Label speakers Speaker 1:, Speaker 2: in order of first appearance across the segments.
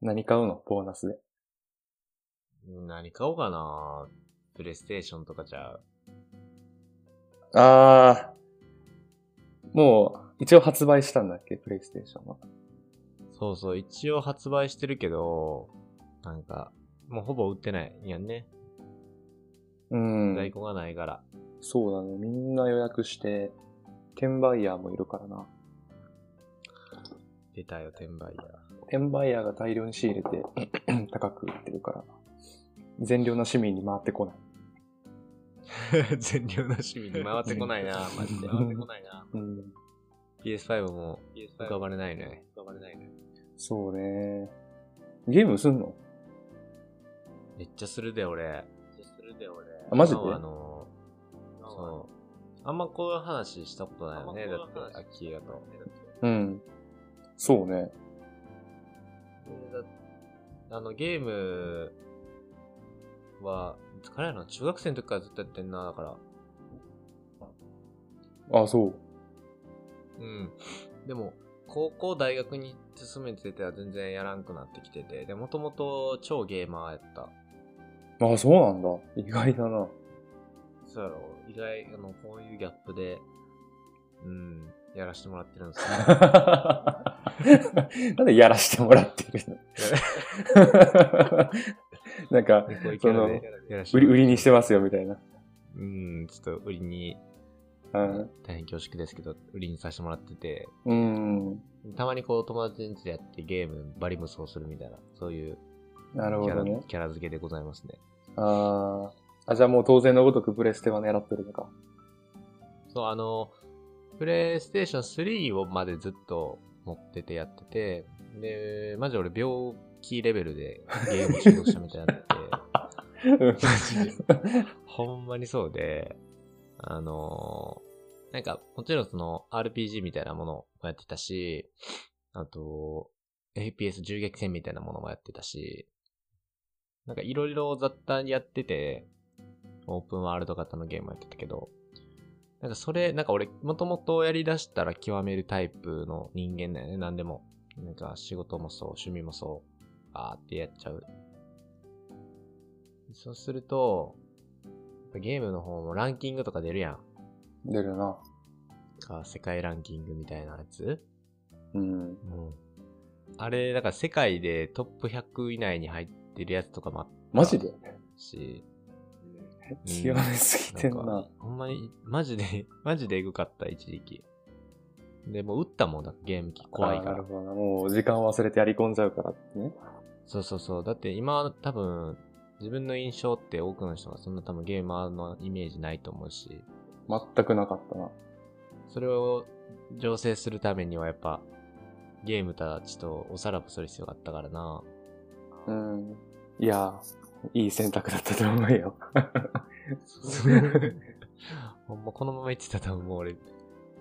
Speaker 1: 何買うのボーナスで。
Speaker 2: 何買おうかなプレイステーションとかちゃう。
Speaker 1: あー。もう、一応発売したんだっけプレイステーションは。
Speaker 2: そうそう、一応発売してるけど、なんか、もうほぼ売ってないやんね。
Speaker 1: う
Speaker 2: 在
Speaker 1: ん。
Speaker 2: 庫がないから。
Speaker 1: そうだね。みんな予約して、転売ヤーもいるからな。
Speaker 2: 出たよ、転売や。
Speaker 1: 転売ヤーが大量に仕入れて、 高く売ってるから。善良な市民に回ってこない。
Speaker 2: 全量な趣味に回ってこないな、マ ジで。
Speaker 1: 回ってこ
Speaker 2: ないな。
Speaker 1: うん。
Speaker 2: PS5 も浮かばれないね。浮かばれないね。
Speaker 1: そうね。ゲームすんの
Speaker 2: めっちゃするで、俺。めっちゃするで、俺。
Speaker 1: あマジで
Speaker 2: あの、そう。あんまこういう話したことないよね。だって、アッキーがと。
Speaker 1: うん。そうね。
Speaker 2: でだあの、ゲームは、いつからやな中学生の時からずっとやってんな、だから。
Speaker 1: あ、そう。
Speaker 2: うん。でも、高校、大学に進めてたら全然やらんくなってきてて、で、もともと超ゲーマーやった。
Speaker 1: あ、そうなんだ。意外だな。
Speaker 2: そうやろ、意外、あの、こういうギャップで、うん、やらしてもらってるんで すよ。
Speaker 1: なんでやらしてもらってるの なんか、
Speaker 2: こういうキ
Speaker 1: そ
Speaker 2: ャラ
Speaker 1: の
Speaker 2: で、やらして
Speaker 1: 売
Speaker 2: も
Speaker 1: り
Speaker 2: ら
Speaker 1: 売りにして
Speaker 2: ま
Speaker 1: ますよみたいな。
Speaker 2: す。うん、ちょっと売りに、
Speaker 1: うん。
Speaker 2: 大変恐縮ですけど、売りにさせてもらってて、
Speaker 1: うん。
Speaker 2: たまにこう友達ん家でやってゲームバリ無双するみたいな、そういう
Speaker 1: なる
Speaker 2: キ
Speaker 1: ほ
Speaker 2: ャラ,、
Speaker 1: どね。
Speaker 2: キャラ付けでございますね。
Speaker 1: あーあ、じゃあもう当然のごとくプレステは狙ってるのか。
Speaker 2: そう、あの、プレイステーション3をまでずっと持っててやってて、で、マジ俺病気レベルでゲーム中毒者みたいになって、 ジでほんまにそうで、あのーなんか、もちろんその RPG みたいなものもやってたし、あと、FPS 銃撃戦みたいなものもやってたし、なんかいろいろ雑多にやってて、オープンワールド型のゲームやってたけど、なんかそれ、なんか俺、もともとやりだしたら極めるタイプの人間だよね、なんでも。なんか仕事もそう、趣味もそう、あーってやっちゃう。そうすると、やっぱゲームの方もランキングとか出るやん。
Speaker 1: 出るな。
Speaker 2: か世界ランキングみたいなやつ。
Speaker 1: うん。
Speaker 2: うん。あれ、だから世界でトップ100以内に入ってるやつとかもあっ
Speaker 1: マジで
Speaker 2: たし、
Speaker 1: 極めすぎてんな。
Speaker 2: なんかほんまに、マジで、 マジでエグかった、一時期。で、もう打ったもんだ、ゲーム機怖いか
Speaker 1: あーなる
Speaker 2: ら。
Speaker 1: ほどな。もう時間を忘れてやり込んじゃうからってね。
Speaker 2: そうそうそう。だって今、多分、自分の印象って多くの人がそんな多分ゲーマーのイメージないと思うし、
Speaker 1: 全くなかったな。
Speaker 2: それを醸成するためにはやっぱ、ゲームたちとおさらばする必要があったからな。
Speaker 1: うん。いやー、いい選択だったと思うよ。
Speaker 2: ほんまこのまま行ってたら多分もう俺、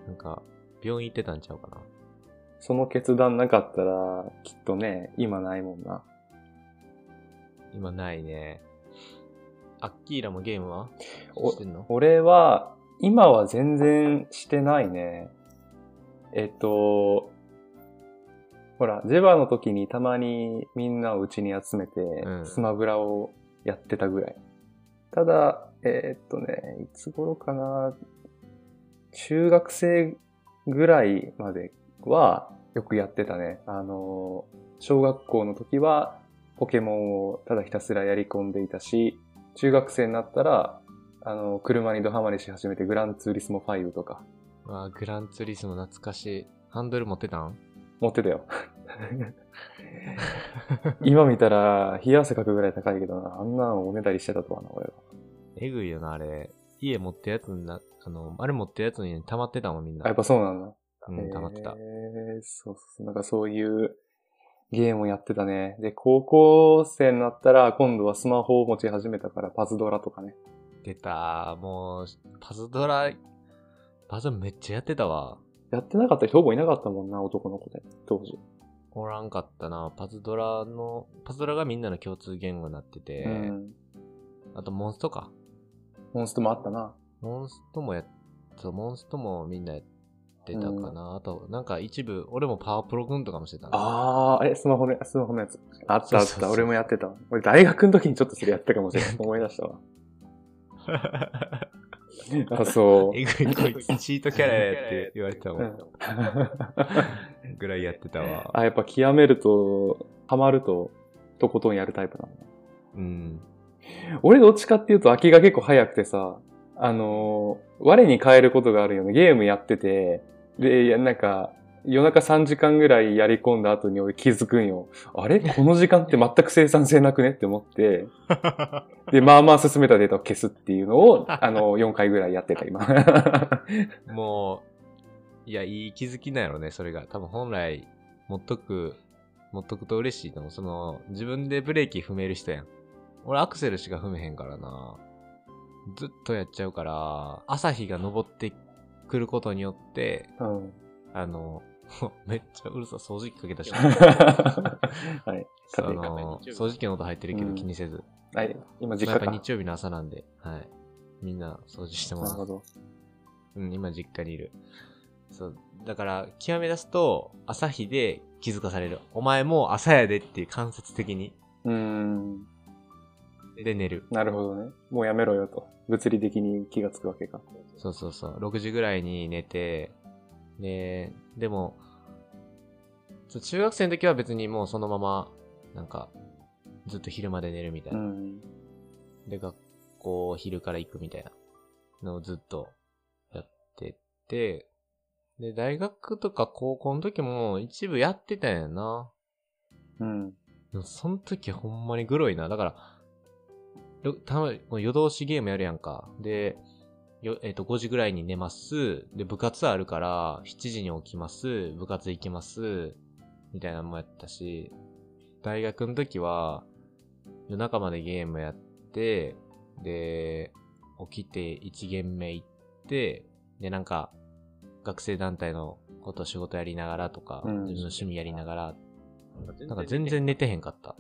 Speaker 2: なんか、病院行ってたんちゃうかな。
Speaker 1: その決断なかったら、きっとね、今ないもんな。
Speaker 2: 今ないね。アッキーラもゲームは
Speaker 1: お
Speaker 2: してんの
Speaker 1: 俺は、今は全然してないね。えっと、ほら、ジェバの時にたまにみんなをうちに集めて
Speaker 2: う、ん
Speaker 1: スマブラをやってたぐらい。ただ、えっとね、いつ頃かな、中学生ぐらいまではよくやってたね。あの、小学校の時はポケモンをただひたすらやり込んでいたし、中学生になったら、あの、車にドハマりし始めてグランツーリスモ5とか
Speaker 2: あグランツーリスモ懐かしい。ハンドル持ってたん
Speaker 1: 持ってた よ。今見たら冷や汗かくぐらい高いけどな、あんなのおねだりしてたとはな、俺は。
Speaker 2: えぐいよな、あれ。家持ってるやつにな、あの、あれ持ってるやつに溜まってたもん、みんな。
Speaker 1: あやっぱそうなんだ。
Speaker 2: うん、溜まってた
Speaker 1: へ。ーそうそう、なんかそういうゲームをやってたね。で、高校生になったら今度はスマホを持ち始めたからパズドラとかね。
Speaker 2: 出たもう、パズドラ、パズドラめっちゃやってたわ。
Speaker 1: やってなかった人ほぼいなかったもんな、男の子で、当時。
Speaker 2: おらんかったな。パズドラの、パズドラがみんなの共通言語になってて、
Speaker 1: うん。
Speaker 2: あとモンストか。
Speaker 1: モンストもあったな。
Speaker 2: モンストもや、そう、モンストもみんなやっってたかな。あと、なんか一部、俺もパワープロくんとかもしてたな
Speaker 1: あー、え、スマホの、スマホのやつ。あったあっ
Speaker 2: そうそうそ
Speaker 1: た。
Speaker 2: う
Speaker 1: 俺もやってたわ。俺大学の時にちょっとそれやったかもしれ ない。思い出したわ。あ、そう。
Speaker 2: えぐいこいつチートキャラやって言われてたも
Speaker 1: うん
Speaker 2: ん。ぐらいやってたわ。
Speaker 1: あ、やっぱ極めると、ハマると、とことんやるタイプなの。
Speaker 2: うん。
Speaker 1: 俺どっちかっていうと、秋が結構早くてさ、あのー我に変えることがあるよね。ゲームやってて、で、いやなんか、夜中3時間ぐらいやり込んだ後に俺気づくんよ。あれこの時間って全く生産性なくねって思 って、で、まあまあ進めたデータを消すっていうのを、あの、4回ぐらいやってた、 今。
Speaker 2: もう、いや、いい気づきなんやろね、それが。多分本来、持っとく、持っとくと嬉しいと思う。その、自分でブレーキ踏める人やん。俺アクセルしか踏めへんからな。ずっとやっちゃうから、朝日が昇ってくることによって、
Speaker 1: うん。
Speaker 2: あの、 めっちゃうるさい掃除機かけた し、
Speaker 1: はい。
Speaker 2: あの、掃除機の音入ってるけど気にせず。
Speaker 1: はい。今、
Speaker 2: ま
Speaker 1: 実
Speaker 2: あや
Speaker 1: 家
Speaker 2: っ
Speaker 1: か。
Speaker 2: ぱ日曜日の朝なんで、はい。みんな掃除してま
Speaker 1: なる
Speaker 2: す
Speaker 1: ほ。ど。
Speaker 2: うん、今実家にいる。そう。だから、極め出すと、朝日で気づかされる。お前もう朝やでっていう間接的に。
Speaker 1: うーん。
Speaker 2: で、寝る。
Speaker 1: なるほどね。もうやめろよと。物理的に気がつくわけか。
Speaker 2: そうそうそう。6時ぐらいに寝て、ねでも、そう中学生の時は別にもうそのまま、なんか、ずっと昼まで寝るみたいうな。
Speaker 1: ん。
Speaker 2: で、学校昼から行くみたいなのをずっとやってて、で、大学とか高校の時も一部やってたんやな。
Speaker 1: うん。
Speaker 2: でもその時ほんまにグロいな。だから、ろたまこの夜通しゲームやるやんか。で、よえっ、と、5時ぐらいに寝ます。で、部活あるから、7時に起きます。部活行きます。みたいなのもやったし、大学の時は、夜中までゲームやって、で、起きて1限目行って、で、なんか、学生団体のこと仕事やりながらとか、
Speaker 1: うん
Speaker 2: 自分の趣味やりながら、なんか全然寝てへんかった。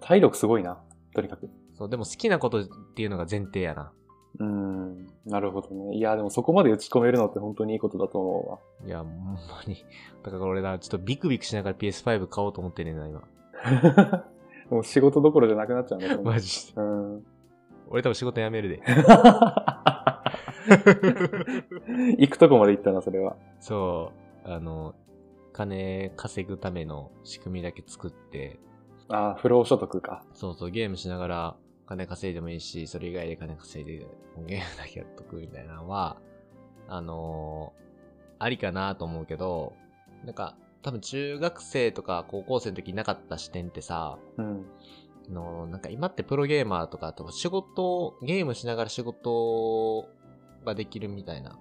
Speaker 1: 体力すごいな。とにかく。
Speaker 2: そう、でも好きなことっていうのが前提やな。
Speaker 1: うーん。なるほどね。いや、でもそこまで打ち込めるのって本当にいいことだと思うわ。
Speaker 2: いや、ほんまに。 だから俺な、ちょっとビクビクしながら PS5 買おうと思ってんねんな、今。
Speaker 1: もう仕事どころじゃなくなっちゃうんだけど、
Speaker 2: マジで。
Speaker 1: うん。
Speaker 2: 俺多分仕事辞めるで。
Speaker 1: 行くとこまで行ったな、それは。
Speaker 2: そう、あの、金稼ぐための仕組みだけ作って、
Speaker 1: ああ、不労所得か。
Speaker 2: そうそう、ゲームしながら金稼いでもいいし、それ以外で金稼いで、ゲームだけやっとくみたいなのは、あのーありかなと思うけど、なんか、多分中学生とか高校生の時なかった視点ってさ、
Speaker 1: うん。
Speaker 2: あのーなんか今ってプロゲーマーとか、あと仕事を、ゲームしながら仕事ができるみたいな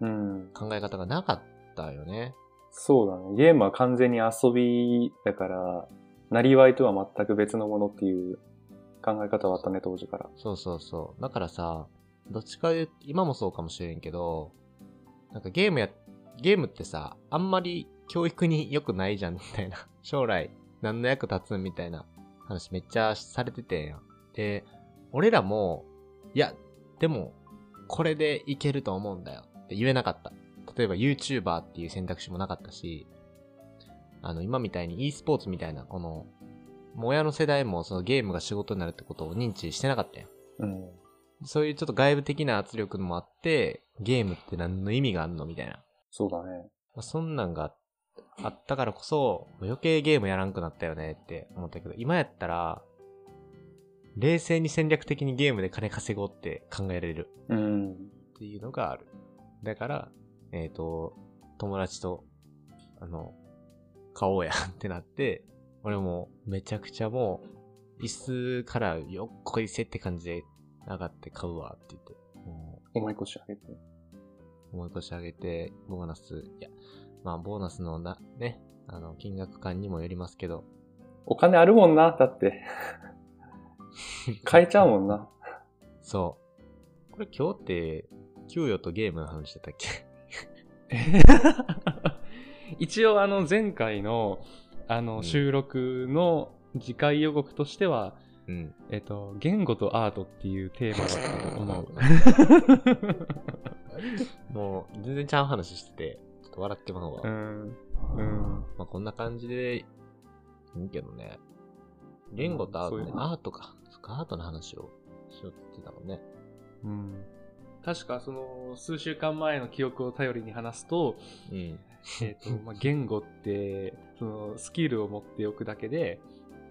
Speaker 1: うん。
Speaker 2: 考え方がなかったよね。
Speaker 1: そうだね。ゲームは完全に遊びだから、なりわいとは全く別のものっていう考え方はあったね、当時から。
Speaker 2: そうそうそう。だからさ、どっちかで、今もそうかもしれんけど、なんかゲームや、ゲームってさ、あんまり教育に良くないじゃん、みたいな。 将来、何の役立つみたいな話めっちゃされててんやん。で、俺らも、いや、でも、これでいけると思うんだよって言えなかった。例えば YouTuber っていう選択肢もなかったし、あの、今みたいに e スポーツみたいな、この、もう親の世代もそのゲームが仕事になるってことを認知してなかったやん。
Speaker 1: うん。
Speaker 2: そういうちょっと外部的な圧力もあって、ゲームって何の意味があんのみたいな。
Speaker 1: そうだね。
Speaker 2: まあ、そんなんがあったからこそ、余計ゲームやらんくなったよねって思ったけど、今やったら、冷静に戦略的にゲームで金稼ごうって考えられる
Speaker 1: うん。
Speaker 2: っていうのがある。だから、えっ、と、友達と、あの、買おうや ってなって、俺もめちゃくちゃもう、椅子からよっこいせって感じで上がって買うわって言って、もう
Speaker 1: 思い越し上げて。
Speaker 2: 思い越し上げて、ボーナス、いや、まあ、ボーナスのな、ね、あの、金額感にもよりますけど。
Speaker 1: お金あるもんな、だって。 買えちゃうもんな。
Speaker 2: そう。これ今日って、給与とゲームの話してたっけ
Speaker 3: 一応あの前回のあの収録の次回予告としては、
Speaker 2: うん。
Speaker 3: えっと、言語とアートっていうテーマだ ったと思う。
Speaker 2: もう、全然ちゃう話してて、ちょっと笑ってまうわ。
Speaker 1: うん。うん。
Speaker 2: まあこんな感じで、いいけどね。言語とアー
Speaker 1: そ
Speaker 2: ト
Speaker 1: う
Speaker 2: ね
Speaker 1: い。う
Speaker 2: アートか。そっかアートの話をしようって言ってたもんね。
Speaker 1: うん。確か、その、数週間前の記憶を頼りに話す と、
Speaker 2: うん。
Speaker 1: えっと、まあ、言語って、その、スキルを持っておくだけで、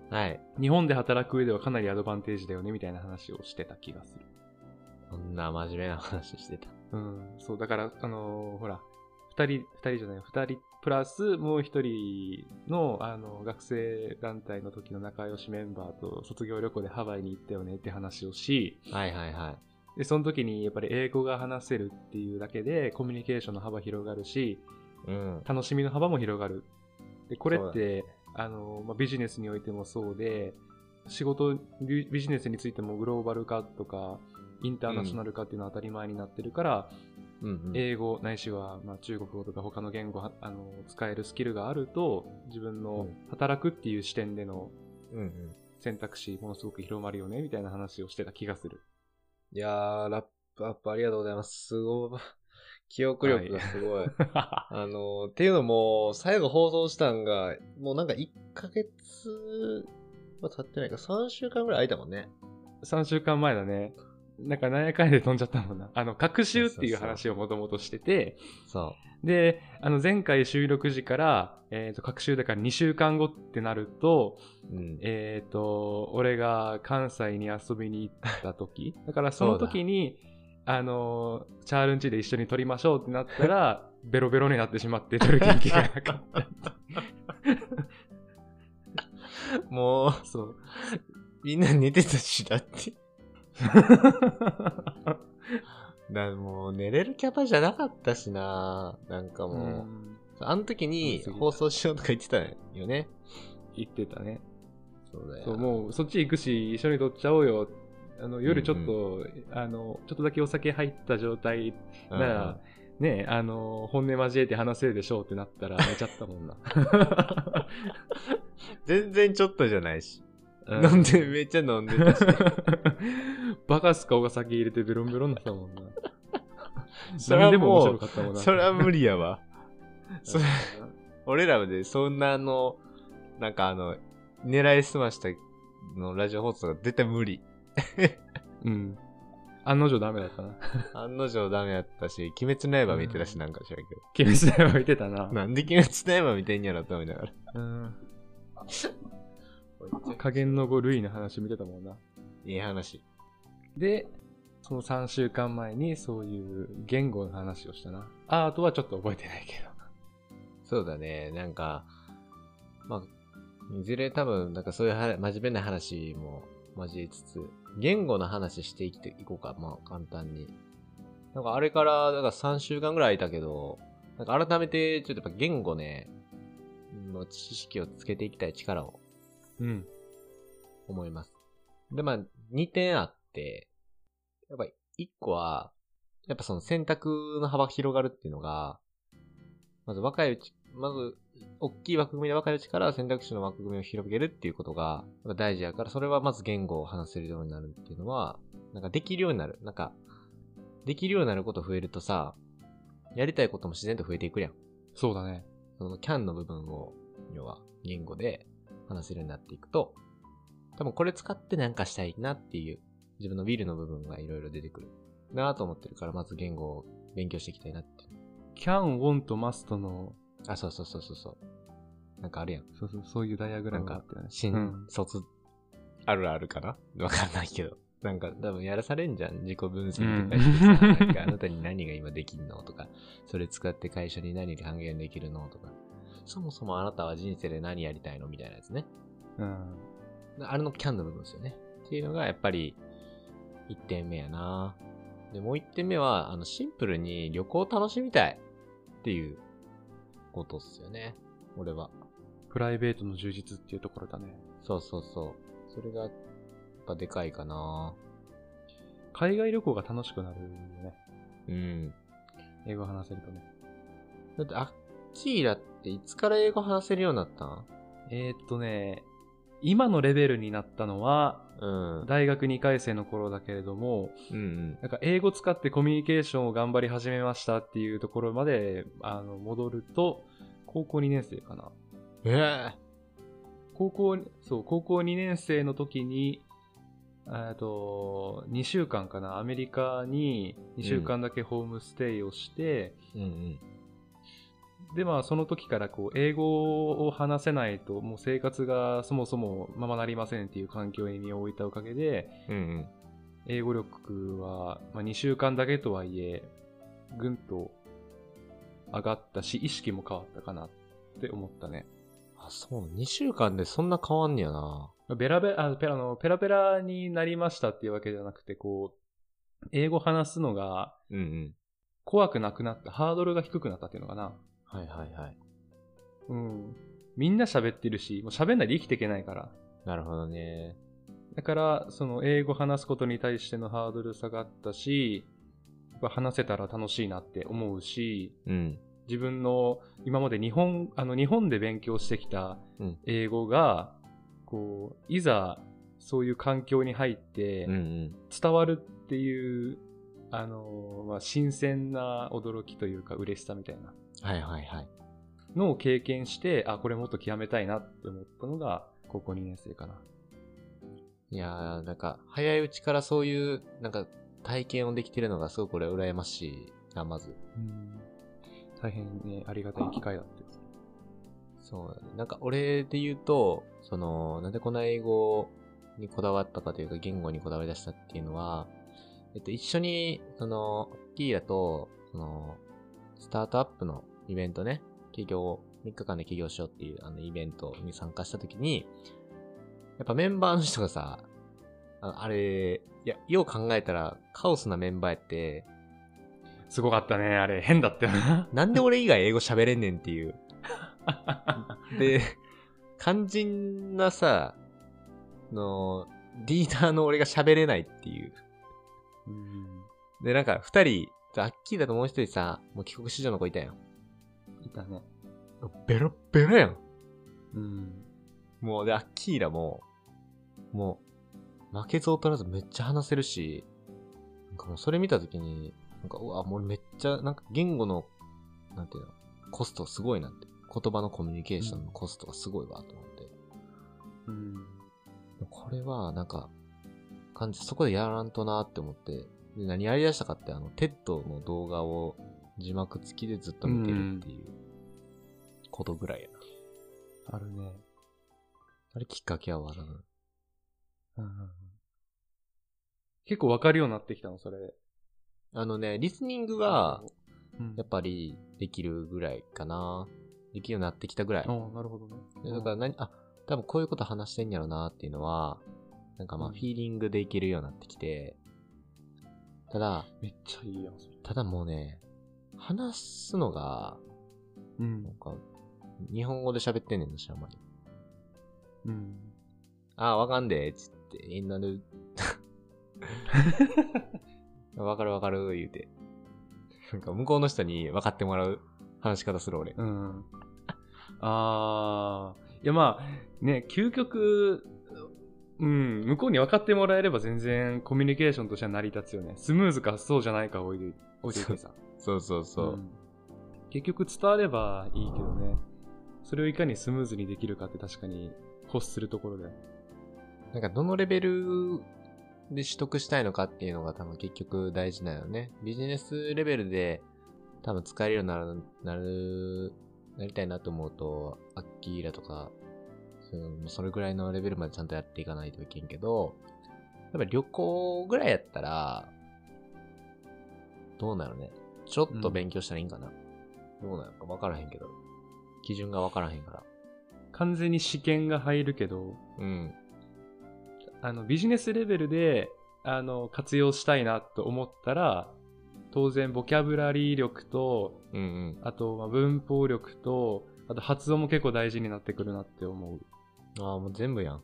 Speaker 2: はい。
Speaker 1: 日本で働く上ではかなりアドバンテージだよね、みたいな話をしてた気がする。
Speaker 2: こんな真面目な話してた。
Speaker 1: うん。そう、だから、あのーほら、二人、二人じゃない、二人プラス、もう一人の、あの、学生団体の時の仲良しメンバーと卒業旅行でハワイに行ったよねって話をし、
Speaker 2: はいはいはい。
Speaker 1: で、その時にやっぱり英語が話せるっていうだけで、コミュニケーションの幅広がるし、
Speaker 2: うん。
Speaker 1: 楽しみの幅も広がる。で、これって、あの、まあ、ビジネスにおいてもそうで、仕事、ビビジネスについてもグローバル化とか、インターナショナル化っていうのは当たり前になってるから、
Speaker 2: うん、うん。
Speaker 1: 英語ないしは、まあ、中国語とか他の言語はあの使えるスキルがあると自分
Speaker 2: う
Speaker 1: の
Speaker 2: ん
Speaker 1: 働くっていう視点での
Speaker 2: うんうん。
Speaker 1: 選択肢ものすごく広まるよねみたいな話をしてた気がす る
Speaker 2: いやー、ラップアップありがとうございます。すごい。 記憶力がすごい。 あのー、っていうのも、最後放送したんが、もうなんか1ヶ月は経ってないか、3週間ぐらい空いたもんね。
Speaker 1: 3週間前だねなんか何やかんやで飛んじゃったもんなあの学習っていう話をもともとしてて
Speaker 2: そ
Speaker 1: であの前回収録時から、えー、と学習だから2週間後ってなると
Speaker 2: う。うん。
Speaker 1: えー、と、俺が関西に遊びに行った時、だからその時に、あのー、チャールンチで一緒に撮りましょうってなった ら、ベロベロになってしまって撮る元気がなかっ
Speaker 2: もう、
Speaker 1: た。そう。
Speaker 2: みんな寝てたし、だって。だもう寝れるキャパじゃなかったしななんか
Speaker 1: う
Speaker 2: もう、
Speaker 1: ん
Speaker 2: あの時に放送しようとか言ってたよね。
Speaker 1: 言ってたね。
Speaker 2: そうだよ。
Speaker 1: そう、もうそっち行くし、一緒に撮っちゃおうよ。あの夜ちょっと、あの、ちょっとだけお酒入った状態
Speaker 2: うん
Speaker 1: なら、ね、あの、本音交えて話せるでしょうってなったら寝ちゃったもん な。
Speaker 2: 全然ちょっとじゃないし。
Speaker 1: うん
Speaker 2: 飲んで、めっちゃ飲んでたし。
Speaker 1: バカす顔が先入れてベロンベロンだったもんな。
Speaker 2: それは
Speaker 1: 何でも面
Speaker 2: も
Speaker 1: 白かったもん
Speaker 2: う、
Speaker 1: な。
Speaker 2: それは無理やわ。それ
Speaker 1: うん
Speaker 2: 俺らでそんなあの、なんかあの、狙いすましたのラジオ放送が絶対無理。
Speaker 1: うん。案の定ダメだったな。
Speaker 2: 案の定ダメやったし、鬼滅の刃見てたしなんか知らんけど。
Speaker 1: ケミスラ見てたな。
Speaker 2: なんで鬼滅の刃見てんやろって思いながら。
Speaker 1: うん。加減の語類の話見てたもんな。
Speaker 2: いい話。
Speaker 1: で、その3週間前にそういう言語の話をしたな。アートはちょっと覚えてないけど。
Speaker 2: そうだね、なんか、まあ、いずれ多分、なんかそういうは真面目な話も交えつつ、言語の話していきていこうか、まあ簡単に。なんかあれから、だから3週間ぐらいいたけど、なんか改めて、ちょっとやっぱ言語ね、の知識をつけていきたい力を
Speaker 1: うん。
Speaker 2: 思います。で、まあ、2点あって、やっぱ1個は、やっぱその選択の幅広がるっていうのが、まず若いうち、まず、大きい枠組みで若いうちから選択肢の枠組みを広げるっていうことがやっぱ大事やから、それはまず言語を話せるようになるっていうのは、なんかできるようになる。なんか、できるようになること増えるとさ、やりたいことも自然と増えていくやん。
Speaker 1: そうだね。
Speaker 2: そのキャンの部分を、要は言語で話せるようになっていくと、多分これ使ってなんかしたいなっていう、自分のビルの部分がいろいろ出てくるなぁと思ってるから、まず言語を勉強していきたいなって。
Speaker 1: can, want, must の、
Speaker 2: あ、そうそうそうそうそう。なんかあるやん。
Speaker 1: そうそう、そういうダイアグラムがあったよね。
Speaker 2: 新
Speaker 1: うん
Speaker 2: 卒、あるあるかなわかんないけど。なんか多分やらされんじゃん。自己分析とかしてさ、
Speaker 1: うん
Speaker 2: なんかあなたに何が今できんのとか、それ使って会社に何還元できるのとか、そもそもあなたは人生で何やりたいのみたいなやつね。
Speaker 1: うん。
Speaker 2: あれのキャンの部分ですよね。っていうのがやっぱり1点目やな。で、もう1点目は、あの、シンプルに旅行を楽しみたいっていうことっすよね。俺は。
Speaker 1: プライベートの充実っていうところだね。
Speaker 2: そうそうそう。それが、やっぱでかいかな。
Speaker 1: 海外旅行が楽しくなるよね。
Speaker 2: うん。
Speaker 1: 英語話せるとね。
Speaker 2: だって、あっちーらっていつから英語話せるようになったん
Speaker 1: えー、っとね、今のレベルになったのは、
Speaker 2: うん。
Speaker 1: 大学2回生の頃だけれども、
Speaker 2: うん
Speaker 1: なんか英語使ってコミュニケーションを頑張り始めましたっていうところまで、あの、戻ると、高校2年生かな。
Speaker 2: うん。え
Speaker 1: 高校、そう、高校2年生の時に、えっと、2週間かな、アメリカに2週間だけホームステイをして、
Speaker 2: えうん
Speaker 1: で、まあ、その時から、こう、英語を話せないと、もう生活がそもそもままなりませんっていう環境に身を置いたおかげで、
Speaker 2: うん。うんうん。
Speaker 1: 英語力は、まあ、2週間だけとはいえ、ぐんと上がったし、意識も変わったかなって思ったね。
Speaker 2: あ、そう、2週間でそんな変わんねやな。
Speaker 1: ベラベラ、あペラあの、ペラペラになりましたっていうわけじゃなくて、こう、英語話すのが
Speaker 2: うんうん。
Speaker 1: 怖くなくなった、ハードルが低くなったっていうのかな。
Speaker 2: はいはいはい。
Speaker 1: うん。みんな喋ってるし、もう喋んないで生きていけないから。
Speaker 2: なるほどね。
Speaker 1: だから、その英語話すことに対してのハードル下がったし、やっぱ話せたら楽しいなって思うし、
Speaker 2: うん。
Speaker 1: 自分の今まで日本、あの日本で勉強してきた
Speaker 2: うん
Speaker 1: 英語が、こう、いざそういう環境に入って
Speaker 2: うんうん。
Speaker 1: 伝わるっていう、あの、まあ、新鮮な驚きというか嬉しさみたいな
Speaker 2: はいはいはい。
Speaker 1: のを経験して、あ、これもっと極めたいなって思ったのが高校2年生かな。
Speaker 2: いやー、なんか、早いうちからそういう、なんか、体験をできてるのがすごく俺は羨ましいな、まず。
Speaker 1: うん大変ね、ありがたい機会だって。
Speaker 2: そう。なんか、俺で言うと、その、なんでこんな英語にこだわったかというか、言語にこだわり出したっていうのは、えっと、一緒に、その、キーラと、その、スタートアップのイベントね、起業、3日間で起業しようっていう、あの、イベントに参加したときに、やっぱメンバーの人がさ、あのあれ、いや、よう考えたら、カオスなメンバーやって、
Speaker 1: すごかったね、あれ。変だったよな。
Speaker 2: なんで俺以外英語喋れんねんっていう。で、肝心なさ、の、リーダーの俺が喋れないっていう。
Speaker 1: うん。
Speaker 2: で、なんか、二人、アッキーだともう一人さ、もう帰国子女の子いたやん。
Speaker 1: いたね。
Speaker 2: ベロッベロやん。
Speaker 1: うん。
Speaker 2: もう、で、アッキーらも、もう、負けず劣らずめっちゃ話せるし、なんかもうそれ見たときに、なんか、うわ、もうめっちゃ、なんか言語の、なんていうの、コストすごいなって。言葉のコミュニケーションのコストがすごいわ、と思って。
Speaker 1: うん。
Speaker 2: これは、なんか、感じ、そこでやらんとなって思って、で何やりだしたかって、あの、テッドの動画を字幕付きでずっと見てるっていうことぐらいやな。
Speaker 1: あるね。
Speaker 2: あれきっかけはわからん。
Speaker 1: うん。結構わかるようになってきたの、それ。
Speaker 2: あのね、リスニングが、
Speaker 1: うん
Speaker 2: やっぱりできるぐらいかな。できるようになってきたぐらい。
Speaker 1: ああ、なるほどね。
Speaker 2: でだから何、あ、多分こういうこと話してんやろなっていうのは、なんかまあ、
Speaker 1: うん
Speaker 2: フィーリングでいけるようになってきて、ただ、
Speaker 1: めっちゃいいやん、それ。
Speaker 2: ただもうね、話すのが、
Speaker 1: う
Speaker 2: なん
Speaker 1: ん。
Speaker 2: か、日本語で喋ってんねんの、知らん間に。
Speaker 1: うん。
Speaker 2: ああ、わかんで、つって、みんなで、 わかるわかる、言うて。なんか、向こうの人に分かってもらう話し方する俺。
Speaker 1: うん。 ああ。いや、まあ、ね、究極、うん、向こうに分かってもらえれば全然コミュニケーションとしては成り立つよね。スムーズかそうじゃないか置いて、置いていて さ。
Speaker 2: そうそうそう。
Speaker 1: ん結局伝わればいいけどねそれをいかにスムーズにできるかって確かに欲するところだよ
Speaker 2: なんか、どのレベルで取得したいのかっていうのが多分結局大事なよね。ビジネスレベルで多分使えるようになる、なる、なりたいなと思うと、アッキーラとか、そうそれぐらいのレベルまでちゃんとやっていかないといけんけど、やっぱ旅行ぐらいやったら、どうなのね。ちょっと勉強したらいいんかな。どうなのか分からへんけど。基準が分からへんから。
Speaker 1: 完全に試験が入るけど
Speaker 2: うん。
Speaker 1: あのビジネスレベルであの活用したいなと思ったら当然ボキャブラリー力と
Speaker 2: うんうん。
Speaker 1: あとまあ文法力とあと発音も結構大事になってくるなって思う
Speaker 2: ああ、もう全部やん。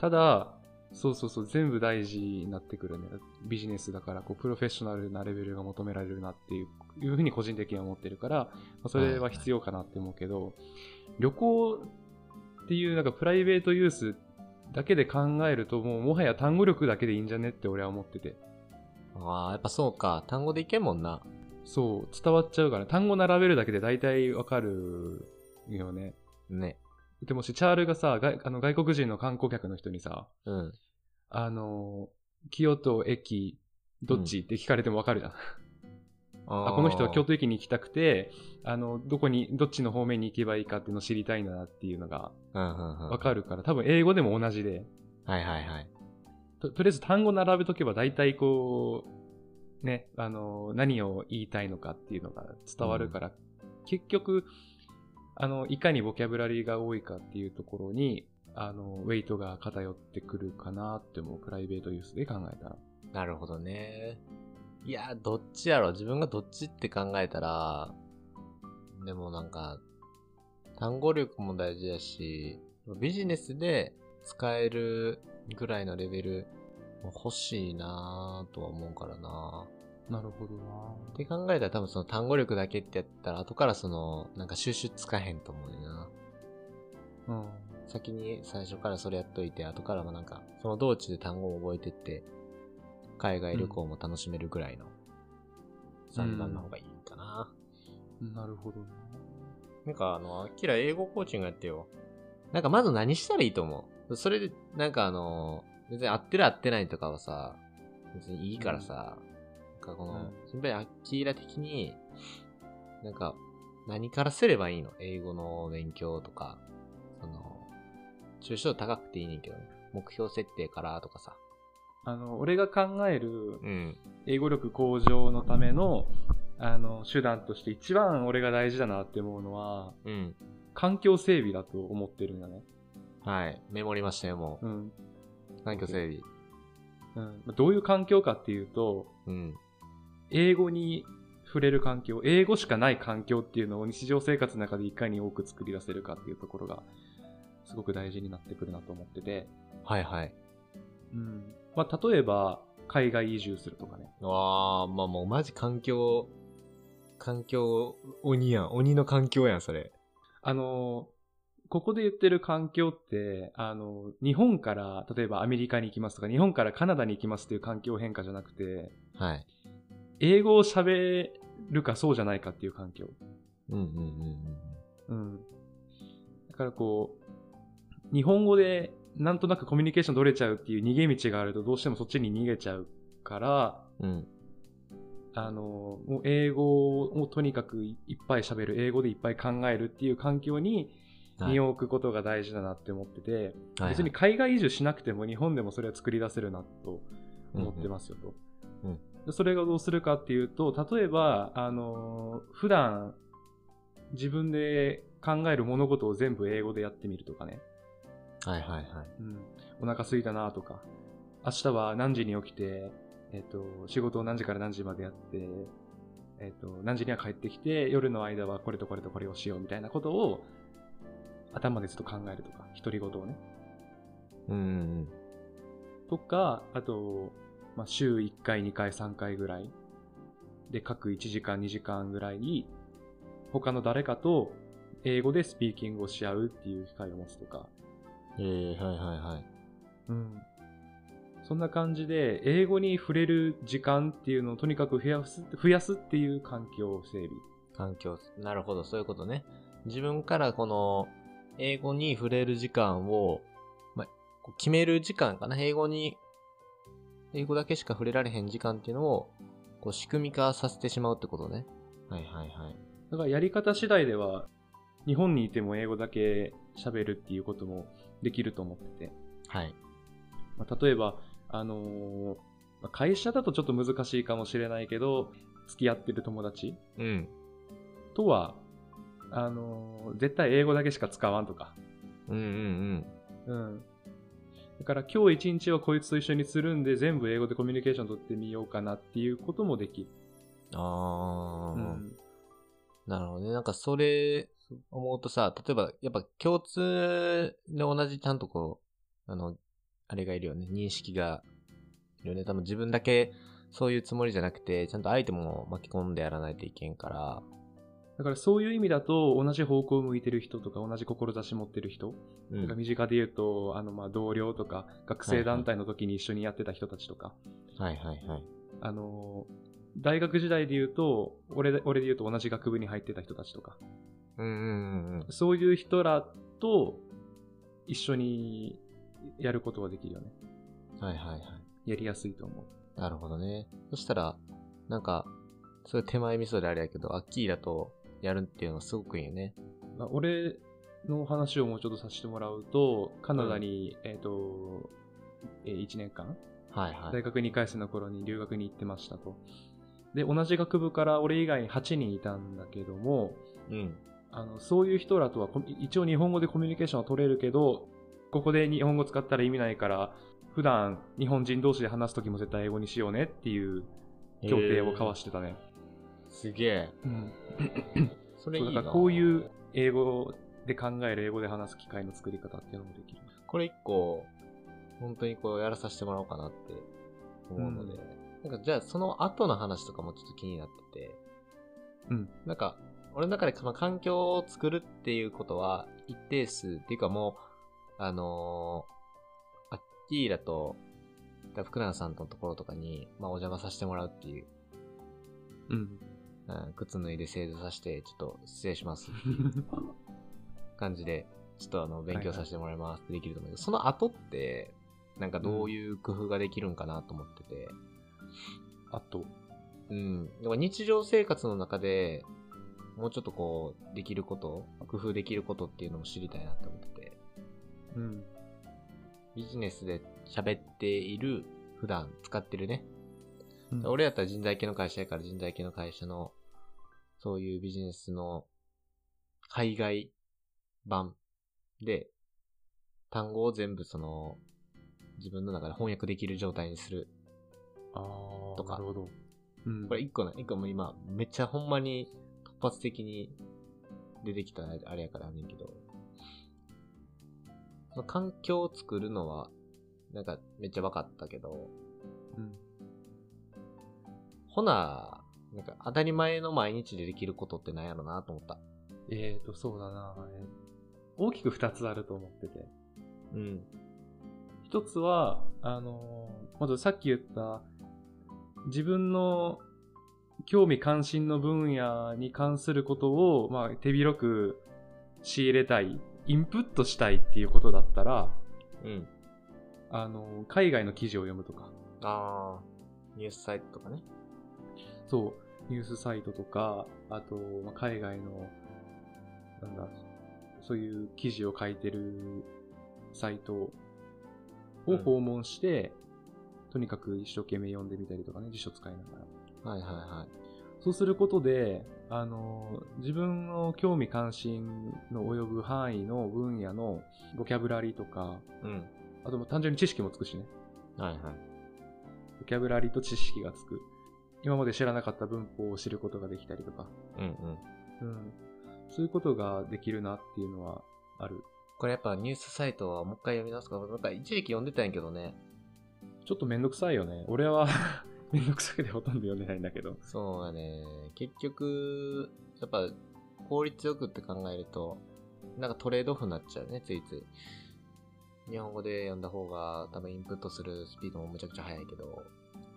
Speaker 1: ただそうそうそう全部大事になってくるねビジネスだからこうプロフェッショナルなレベルが求められるなっていういうふうに個人的には思ってるから、まあそれは必要かなって思うけど、旅行っていうなんかプライベートユースだけで考えると、もうもはや単語力だけでいいんじゃねって俺は思ってて。
Speaker 2: ああ、やっぱそうか。単語でいけんもんな。
Speaker 1: そう、伝わっちゃうから、単語並べるだけで大体わかるよね。
Speaker 2: ね。
Speaker 1: でもし、チャールがさ、外あの外国人の観光客の人にさ、
Speaker 2: うん。
Speaker 1: あの、清と駅、どっち、って聞かれてもわかるじゃん。
Speaker 2: あ
Speaker 1: あこの人は京
Speaker 2: 都。
Speaker 1: 都駅に行きたくてあのどこにどっちの方面に行けばいいかっていうのを知りたいんだなっていうのが
Speaker 2: うんうんうん。
Speaker 1: わかるから多分英語でも同じで
Speaker 2: はいはいはい。
Speaker 1: ととりあえず単語並べとけば大体こうねあの何を言いたいのかっていうのが伝わるから、結局あのいかにボキャブラリーが多いかっていうところにあのウェイトが偏ってくるかなって思うプライベートユースで考えたら
Speaker 2: なるほどね。いや、どっちやろ自分がどっちって考えたら、でもなんか、単語力も大事だし、ビジネスで使えるぐらいのレベルも欲しいなぁとは思うからな
Speaker 1: なるほどな
Speaker 2: って考えたら多分その単語力だけってやったら後からその、なんか収集つかへんと思うよな。
Speaker 1: うん
Speaker 2: 先に最初からそれやっといて、後からもなんか、その道中で単語を覚えてって、海外旅行も楽しめるぐらいの、算段の方がいいかな。
Speaker 1: なるほどな
Speaker 2: なんかあの、アキラ英語コーチングやってよ。なんかまず何したらいいと思うそれで、なんかあの、別に合ってる合ってないとかはさ、別にいいからさ、なんかこの、やっぱりアキラ的に、なんか、何からすればいいの英語の勉強とか、その、抽象度高くていいねんけど、ね、目標設定からとかさ。
Speaker 1: あの俺が考える
Speaker 2: うん。
Speaker 1: 英語力向上のためのあの手段として一番俺が大事だなって思うのは
Speaker 2: うん。
Speaker 1: 環境整備だと思ってるんだね。
Speaker 2: はい。メモりましたよ、も
Speaker 1: うん
Speaker 2: う。環境整備。
Speaker 1: うん、どういう環境かっていうと
Speaker 2: うん。
Speaker 1: 英語に触れる環境英語しかない環境っていうのを日常生活の中でいかに多く作り出せるかっていうところがすごく大事になってくるなと思ってて、
Speaker 2: はいはい。
Speaker 1: うんまあ、例えば海外移住するとかね
Speaker 2: わあ、まあもうマジ環境、環境鬼やん。鬼の環境やん、それ。
Speaker 1: あのここで言ってる環境って、あの日本から、例えばアメリカに行きますとか、日本からカナダに行きますっていう環境変化じゃなくて、
Speaker 2: はい。
Speaker 1: 英語を喋るかそうじゃないかっていう環境。
Speaker 2: うんうんうんうん。
Speaker 1: うん。だからこう、日本語でなんとなくコミュニケーション取れちゃうっていう逃げ道があると、どうしてもそっちに逃げちゃうから、
Speaker 2: うん。
Speaker 1: あのもう英語をとにかくいっぱい喋る、英語でいっぱい考えるっていう環境に身を置くことが大事だなって思ってて、別に海外移住しなくても日本でもそれは作り出せるなと思ってますよと。
Speaker 2: うんうん
Speaker 1: でそれがどうするかっていうと例えば、あのー普段自分で考える物事を全部英語でやってみるとかね、
Speaker 2: す。はいはいはい。
Speaker 1: うん、お腹空いたなとか明日は何時に起きて、えっと仕事を何時から何時までやって、えっと何時には帰ってきて夜の間はこれとこれとこれをしようみたいなことを頭でずっと考えるとか独り言をね
Speaker 2: うんうん
Speaker 1: とか、あと、まあ、週1回、2回、3回ぐらいで、各1時間、2時間ぐらいに、他の誰かと英語でスピーキングをし合うっていう機会を持つとか、
Speaker 2: うん。ええはいはいはい。
Speaker 1: うん。そんな感じで、英語に触れる時間っていうのをとにかく増やす、増やすっていう環境整備。
Speaker 2: 環境、なるほど、そういうことね。自分からこの、英語に触れる時間を、まあ、こう決める時間かな。英語に、英語だけしか触れられへん時間っていうのを、こう仕組み化させてしまうってことね。はいはいはい。
Speaker 1: だからやり方次第では、日本にいても英語だけ喋るっていうこともできると思ってて。
Speaker 2: はい。
Speaker 1: まあ、例えば、あのーまあ会社だとちょっと難しいかもしれないけど、付き合ってる友達
Speaker 2: うん。
Speaker 1: とは、あのー絶対英語だけしか使わんとか。
Speaker 2: うんうんうん。
Speaker 1: うん。だから今日一日はこいつと一緒にするんで、全部英語でコミュニケーション取ってみようかなっていうこともできる。
Speaker 2: ああ、
Speaker 1: うん。
Speaker 2: なるほどね。なんかそれ思うとさ、例えばやっぱ共通で同じちゃんとこう、あの、あれがいるよね。認識がいるよね。多分自分だけそういうつもりじゃなくて、ちゃんと相手も巻き込んでやらないといけんから、
Speaker 1: だからそういう意味だと、同じ方向を向いてる人とか、同じ志持ってる人、
Speaker 2: う
Speaker 1: だから
Speaker 2: ん。
Speaker 1: 身近で言うと、あの、まあ、同僚とか、学生団体の時に一緒にやってた人たちとか、
Speaker 2: はいはいはい。
Speaker 1: あの、大学時代で言うと、俺で、俺で言うと同じ学部に入ってた人たちとか、
Speaker 2: うんうんうんうん。
Speaker 1: そういう人らと一緒にやることはできるよね。
Speaker 2: はいはいはい。
Speaker 1: やりやすいと思う。
Speaker 2: なるほどね。そしたら、なんか、そういう手前味噌であれやけど、アッキーラとやるっていうのはすごくいいよね。
Speaker 1: まあ俺の話をもうちょっとさせてもらうと、カナダに、えっ、と、え1年間、
Speaker 2: はいは
Speaker 1: 大
Speaker 2: い。
Speaker 1: 学2回生の頃に留学に行ってましたと。で、同じ学部から俺以外に8人いたんだけども、
Speaker 2: うん。
Speaker 1: あのそういう人らとはコミ一応日本語でコミュニケーションは取れるけどここで日本語使ったら意味ないから普段日本人同士で話す時も絶対英語にしようねっていう協定を交わ
Speaker 2: し
Speaker 1: してたね、
Speaker 2: すげえ。
Speaker 1: うん
Speaker 2: それい
Speaker 1: そう
Speaker 2: い
Speaker 1: だ
Speaker 2: な
Speaker 1: からこういう英語で考える英語で話す機会の作り方っていうのもできる
Speaker 2: これ一個、本当にこうやらさせてもらおうかなって思うので、なんかじゃあその後の話とかもちょっと気になってて、
Speaker 1: うん
Speaker 2: なんか、俺の中でその環境を作るっていうことは一定数っていうかもう、あのー、アッキーラと、福永さんのところとかに、まあ、お邪魔させてもらうっていう、
Speaker 1: うん
Speaker 2: うん、靴脱いで正座させて、ちょっと失礼します感じで、ちょっとあの、勉強させてもらいますってできると思うけど、その後って、なんかどういう工夫ができるんかなと思ってて、
Speaker 1: あと
Speaker 2: うん。だから日常生活の中で、もうちょっとこう、できること、工夫できることっていうのも知りたいなと思ってて、
Speaker 1: うん
Speaker 2: ビジネスで喋っている、普段使ってるね。
Speaker 1: うん
Speaker 2: 俺やったら人材系の会社やから人材系の会社の、そういうビジネスの、海外版で、単語を全部その、自分の中で翻訳できる状態にする。
Speaker 1: あー
Speaker 2: とか
Speaker 1: なるほど、うん、
Speaker 2: これ一個な、一個もう今、めっちゃほんまに突発的に出てきたあれやからあんねんけど、その環境を作るのは、なんかめっちゃ分かったけど、
Speaker 1: うん
Speaker 2: ほな、なんか当たり前の毎日でできることってなんやろなと思った。
Speaker 1: えーとそうだなえー大きく2つあると思ってて
Speaker 2: うん。
Speaker 1: 一つは、あのーまずさっき言った、自分の興味関心の分野に関することを、まあ、手広く仕入れたい、インプットしたいっていうことだったら、
Speaker 2: うん。
Speaker 1: あのー海外の記事を読むとか、
Speaker 2: あー、ニュースサイトとかね。
Speaker 1: そう、ニュースサイトとか、あと、まあ、海外の、なんだ、そういう記事を書いてるサイトを訪問して、とにかく一生懸命読んでみたりとかね、辞書使いながら。
Speaker 2: はいはいは
Speaker 1: そうすることで、あの、自分の興味関心の及ぶ範囲の分野のボキャブラリーとか、
Speaker 2: い。うん。
Speaker 1: あともう単純に知識もつくしね。
Speaker 2: はいはい。
Speaker 1: ボキャブラリーと知識がつく。今まで知らなかった文法を知ることができたりとか。
Speaker 2: うんうん。
Speaker 1: うん、そういうことができるなっていうのはある。
Speaker 2: これやっぱニュースサイトはもう一回読み直すか、なんか一時期読んでたんやけどね。
Speaker 1: ちょっとめんどくさいよね。俺は めんどくさくてほとんど読んでないんだけど。
Speaker 2: そうだね。結局、やっぱ効率よくって考えると、なんかトレードオフになっちゃうね、ついつい。日本語で読んだ方が多分インプットするスピードもむちゃくちゃ早いけど、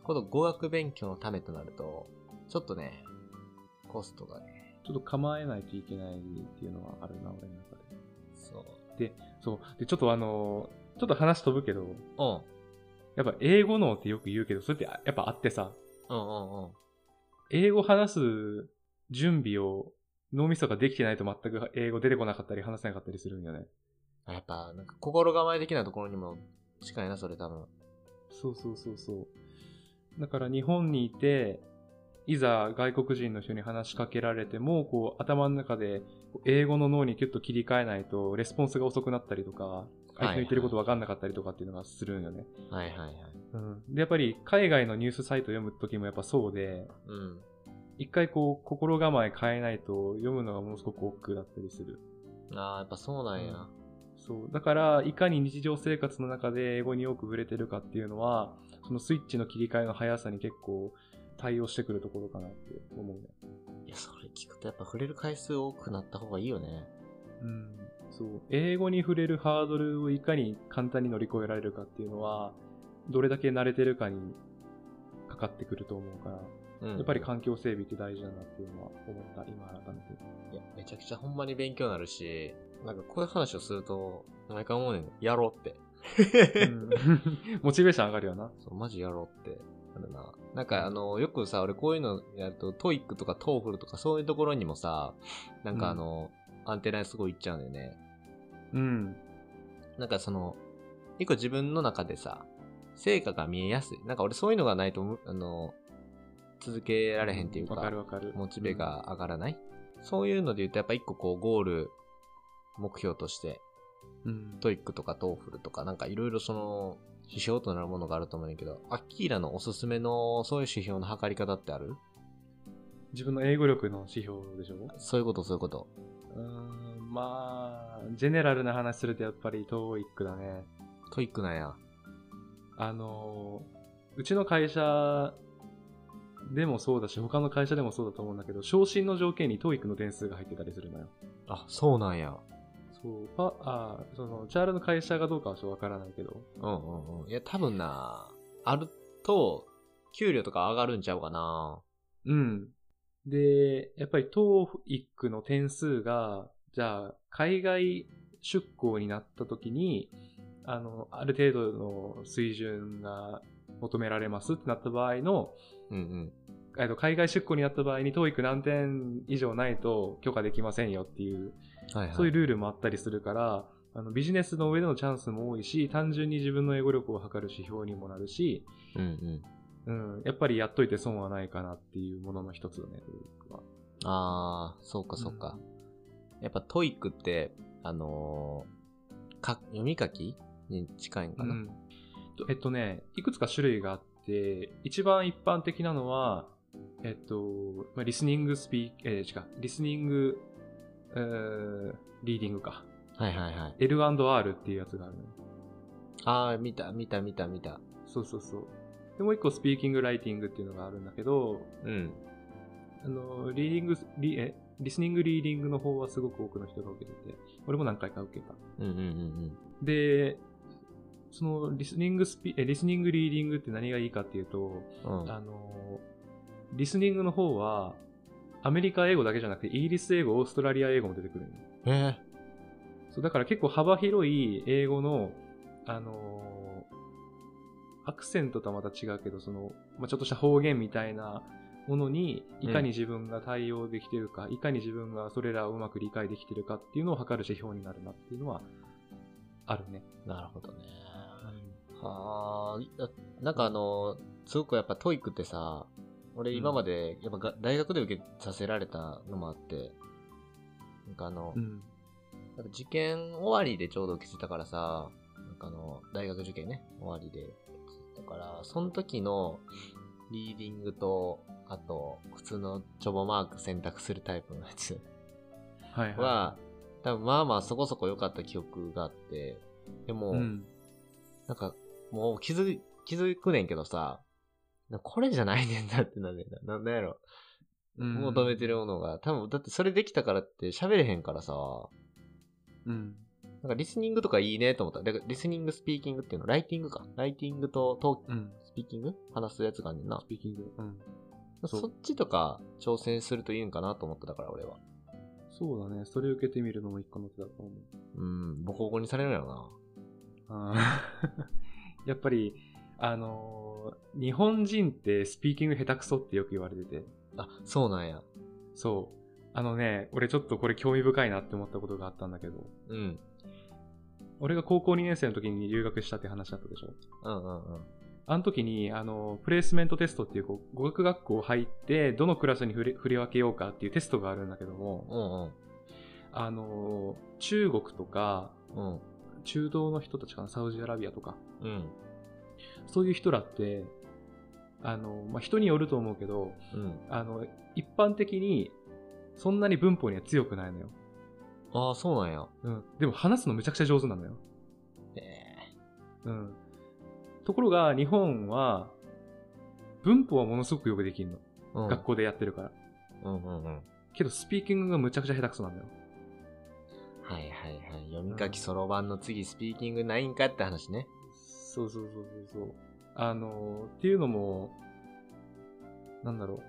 Speaker 2: この語学勉強のためとなると、ちょっとね、コストがね、
Speaker 1: ちょっと構えないといけないっていうのはあるな、俺の中で。
Speaker 2: そう。
Speaker 1: そう。で、ちょっとあの、ちょっと話飛ぶけど、
Speaker 2: うん、
Speaker 1: やっぱ英語能ってよく言うけど、それってあやっぱあってさ、
Speaker 2: うんうんうん。
Speaker 1: 英語話す準備を脳みそができてないと全く英語出てこなかったり話せなかったりするんよね。
Speaker 2: あやっぱ、なんか心構え的なところにも近いな、それ多分。
Speaker 1: そうそうそうそう。だから日本にいて、いざ外国人の人に話しかけられても、こう頭の中で英語の脳にキュッと切り替えないと、レスポンスが遅くなったりとか、相手の言ってること分かんなかったりとかっていうのがするんよね。
Speaker 2: はいはいはい。
Speaker 1: うん、で、やっぱり海外のニュースサイト読む時もやっぱそうで、
Speaker 2: うん。
Speaker 1: 一回こう心構え変えないと読むのがものすごく億劫だったりする。
Speaker 2: ああ、やっぱそうなんや。
Speaker 1: そう。だから、いかに日常生活の中で英語によく触れてるかっていうのは、そのスイッチの切り替えの速さに結構対応してくるところかなって思うね。
Speaker 2: いや、それ聞くとやっぱ触れる回数多くなった方がいいよね。
Speaker 1: うん、そう英語に触れるハードルをいかに簡単に乗り越えられるかっていうのはどれだけ慣れてるかにかかってくると思うから
Speaker 2: うん
Speaker 1: やっぱり環境整備って大事だなっていうのは思った今改めて
Speaker 2: いや、めちゃくちゃほんまに勉強になるし、なんかこういう話をすると、毎回思うねん。やろうって。
Speaker 1: うんモチベーション上がるよな
Speaker 2: そう、マジやろうって。あるな。なんかあの、よくさ、俺こういうのやると、トイックとかトーフルとかそういうところにもさ、なんかあの、アンテナにすごいいっちゃうんだよね。
Speaker 1: うん
Speaker 2: なんかその、一個自分の中でさ、成果が見えやすい。なんか俺そういうのがないとむ、あの、続けられへんっていうか、
Speaker 1: わかるわかる
Speaker 2: モチベが上がらない。そういうので言うと、やっぱ一個こう、ゴール、目標として、
Speaker 1: うん
Speaker 2: トイックとかトーフルとか、なんかいろいろその、指標となるものがあると思うんだけど、アッキーラのおすすめの、そういう指標の測り方ってある
Speaker 1: 自分の英語力の指標でしょ
Speaker 2: そういうこと、そういうこと。
Speaker 1: うーんまあジェネラルな話するとやっぱり TOEIC だね
Speaker 2: トイックなんや。
Speaker 1: あのーうちの会社でもそうだし、他の会社でもそうだと思うんだけど、昇進の条件に TOEIC の点数が入ってたりするのよ。
Speaker 2: あ、そうなんや。
Speaker 1: そう、パあーその、チャールの会社がどうかはちょっとわからないけど、
Speaker 2: うんうんうん。いや、多分な、あると、給料とか上がるんちゃうかな。
Speaker 1: うん。で、やっぱり TOEIC の点数が、じゃあ、海外出向になった時に、あの、ある程度の水準が求められますってなった場合の、
Speaker 2: うんうん。
Speaker 1: えっと、海外出向になった場合に TOEIC 何点以上ないと許可できませんよっていう、
Speaker 2: はいはい。
Speaker 1: そういうルールもあったりするから、あのビジネスの上でのチャンスも多いし、単純に自分の英語力を測る指標にもなるし、
Speaker 2: うんうん。
Speaker 1: うん、やっぱりやっといて損はないかなっていうものの一つだね、TOEIC は。
Speaker 2: あー、そうかそうか。やっぱトイックって、あのーか、読み書きに近いんか
Speaker 1: う
Speaker 2: な。
Speaker 1: ん。えっとね、いくつか種類があって、一番一般的なのは、えっと、まあ、リスニングスピー、えー、違う、リスニング、えーリーディングか。
Speaker 2: はいはいはい。
Speaker 1: L&R っていうやつがあるのよ
Speaker 2: あー、見た見た見た見た。
Speaker 1: そうそうそう。で、もう一個、スピーキングライティングっていうのがあるんだけど、
Speaker 2: うん。
Speaker 1: あの、リーディング、リ、え、リスニングリーディングの方はすごく多くの人が受けてて、俺も何回か受けた。
Speaker 2: うんうんうん
Speaker 1: で、そのリスニングスピ、え、リスニングリーディングって何がいいかっていうと、
Speaker 2: うん。うん。
Speaker 1: あの、リスニングの方は、アメリカ英語だけじゃなくて、イギリス英語、オーストラリア英語も出てくるんよ
Speaker 2: え
Speaker 1: そう、だから結構幅広い英語の、あのーアクセントとはまた違うけど、その、まあ、ちょっとした方言みたいなものに、いかに自分が対応できてるか、いかに自分がそれらをうまく理解できてるかっていうのを測る指標になるなっていうのは、あるね。
Speaker 2: ー、なるほどね。はあ、なんかあの、すごくやっぱトイックってさ、俺今まで、やっぱが大学で受けさせられたのもあって、なんかあの、
Speaker 1: うん。
Speaker 2: なんか受験終わりでちょうど受けてたからさ、なんかあの、大学受験ね、終わりで受けてたから、その時のリーディングと、あと、普通のチョボマーク選択するタイプのやつ
Speaker 1: はいは
Speaker 2: は、多分まあまあそこそこ良かった記憶があって、でも、
Speaker 1: い。うん。
Speaker 2: なんか、もう気づ、気づくねんけどさ、これじゃないねんだってなんだよな。なんだやろ。
Speaker 1: うん
Speaker 2: 求めてるものが。多分、だってそれできたからって喋れへんからさ、
Speaker 1: うん。
Speaker 2: なんかリスニングとかいいねと思った。だからリスニングスピーキングっていうの、ライティングか。ライティングとト
Speaker 1: うん。
Speaker 2: ースピーキング話すやつがあんねんな
Speaker 1: ス。ピーキング。うん。そう
Speaker 2: そっちとか挑戦するといいんかなと思ってたから、俺は。
Speaker 1: そうだね。それ受けてみるのも一個の手だと思う。
Speaker 2: うん、ボコボコにされるんやろな。
Speaker 1: あー やっぱり、あのー日本人ってスピーキング下手くそってよく言われてて、
Speaker 2: あ、そうなんや。
Speaker 1: そう。あのね、俺ちょっとこれ興味深いなって思ったことがあったんだけど、
Speaker 2: うん。
Speaker 1: 俺が高校2年生の時に留学したって話だったでしょ。
Speaker 2: うんうんうん。
Speaker 1: あの時に、あの、プレイスメントテストっていう、こう語学学校入って、どのクラスに振れ振り分けようかっていうテストがあるんだけども、
Speaker 2: うん
Speaker 1: あのー、中国とか、
Speaker 2: うん。
Speaker 1: 中東の人たちかな、サウジアラビアとか、
Speaker 2: うん。うん。
Speaker 1: そういう人らって、あの、まあ、人によると思うけど、
Speaker 2: うん。
Speaker 1: あの、一般的に、そんなに文法には強くないのよ。
Speaker 2: ああ、そうなんや。
Speaker 1: うん。でも話すのめちゃくちゃ上手なのよ。
Speaker 2: ええ
Speaker 1: うん。ところが、日本は、文法はものすごくよくできるの。
Speaker 2: うん
Speaker 1: 学校でやってるから。
Speaker 2: うんうんうん。
Speaker 1: けど、スピーキングがむちゃくちゃ下手くそなんだよ。
Speaker 2: はいはいはい。読み書きそろばんの次、スピーキングないんかって話ね。
Speaker 1: そうそうそうそうそう。あのーっていうのも、なんだろう。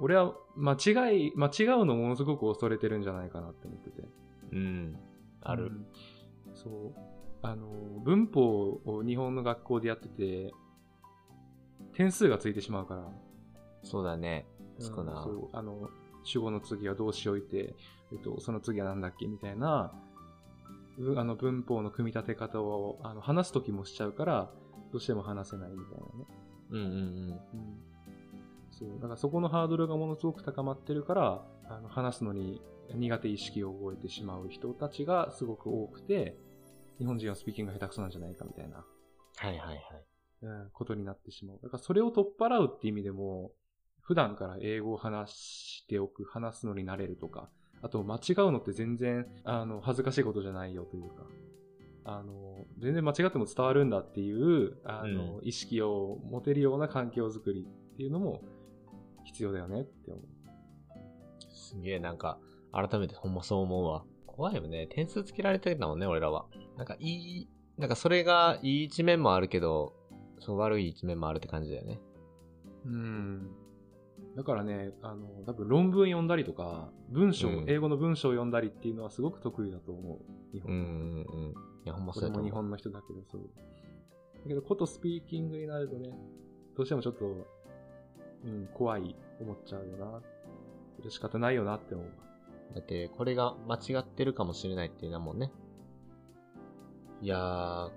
Speaker 1: 俺は間違い、間違うのものすごく恐れてるんじゃないかなって思ってて。
Speaker 2: うん。あ
Speaker 1: う
Speaker 2: る。
Speaker 1: んそう。あのー文法を日本の学校でやってて、点数がついてしまうから。
Speaker 2: そうだね。つく
Speaker 1: うん
Speaker 2: な
Speaker 1: そ。うあの主語の次は動詞を置いて、えっと、その次は何だっけみたいなうあの文法の組み立て方をあの話す時もしちゃうからどうしても話せないみたいなね、
Speaker 2: うんうん
Speaker 1: うん、そうだからそこのハードルがものすごく高まってるからあの話すのに苦手意識を覚えてしまう人たちがすごく多くて日本人はスピーキングが下手くそなんじゃないかみたいな、
Speaker 2: はいはいはい。
Speaker 1: うん、ことになってしまうだからそれを取っ払うって意味でも普段から英語を話しておく、話すのに慣れるとか、あと間違うのって全然、あの、恥ずかしいことじゃないよというか、あの、全然間違っても伝わるんだっていう、あの、意識を持てるような環境づくりっていうのも必要だよねって思う。
Speaker 2: すげえなんか、改めてほんまそう思うわ。怖いよね。点数つけられてたもんね、俺らは。なんかいい、なんかそれがいい一面もあるけど、そう悪い一面もあるって感じだよね。
Speaker 1: うん。だからね、あの、多分論文読んだりとか、文章、
Speaker 2: うん
Speaker 1: 英語の文章を読んだりっていうのはすごく得意だと思う。日
Speaker 2: う
Speaker 1: 本
Speaker 2: んうんうん。いや、ほんま
Speaker 1: こ
Speaker 2: そ
Speaker 1: れ
Speaker 2: うやと
Speaker 1: も日
Speaker 2: 思う。
Speaker 1: 本の人だけどそう。だけど、ことスピーキングになるとね、どうしてもちょっと、うん、怖い、思っちゃうよな。それ仕方ないよなって思う。
Speaker 2: だって、これが間違ってるかもしれないっていうのはもんね。いやー、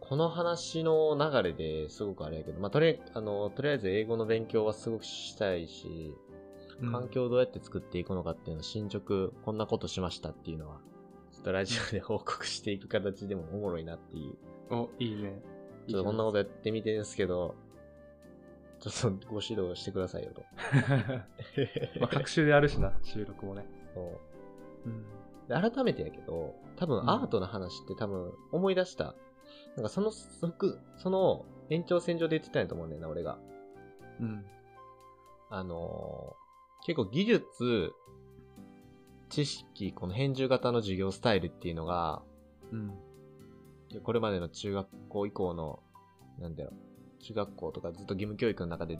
Speaker 2: この話の流れですごくあれやけど、まあ、とりあえず、あの、とりあえず英語の勉強はすごくしたいし、環境をどうやって作っていくのかっていうのを進捗、こんなことしましたっていうのは、ちょっとラジオで報告していく形でもおもろいなっていう。
Speaker 1: お、いいね。
Speaker 2: ちょっとこんなこと とやってみてるんですけど、ちょっとご指導してくださいよと。
Speaker 1: まあ、各種であるしな、収録もね。
Speaker 2: そう
Speaker 1: うん。
Speaker 2: で改めてやけど、多
Speaker 1: う
Speaker 2: 分
Speaker 1: ん
Speaker 2: アートの話って多分思い出した。なんかその即、その延長線上で言ってたんやと思うんだよな、俺が。
Speaker 1: うん。
Speaker 2: あのー結構技術、知識、この編集型の授業スタイルっていうのが、
Speaker 1: うん。
Speaker 2: これまでの中学校以降の、なんだろう、中学校とかずっと義務教育の中で、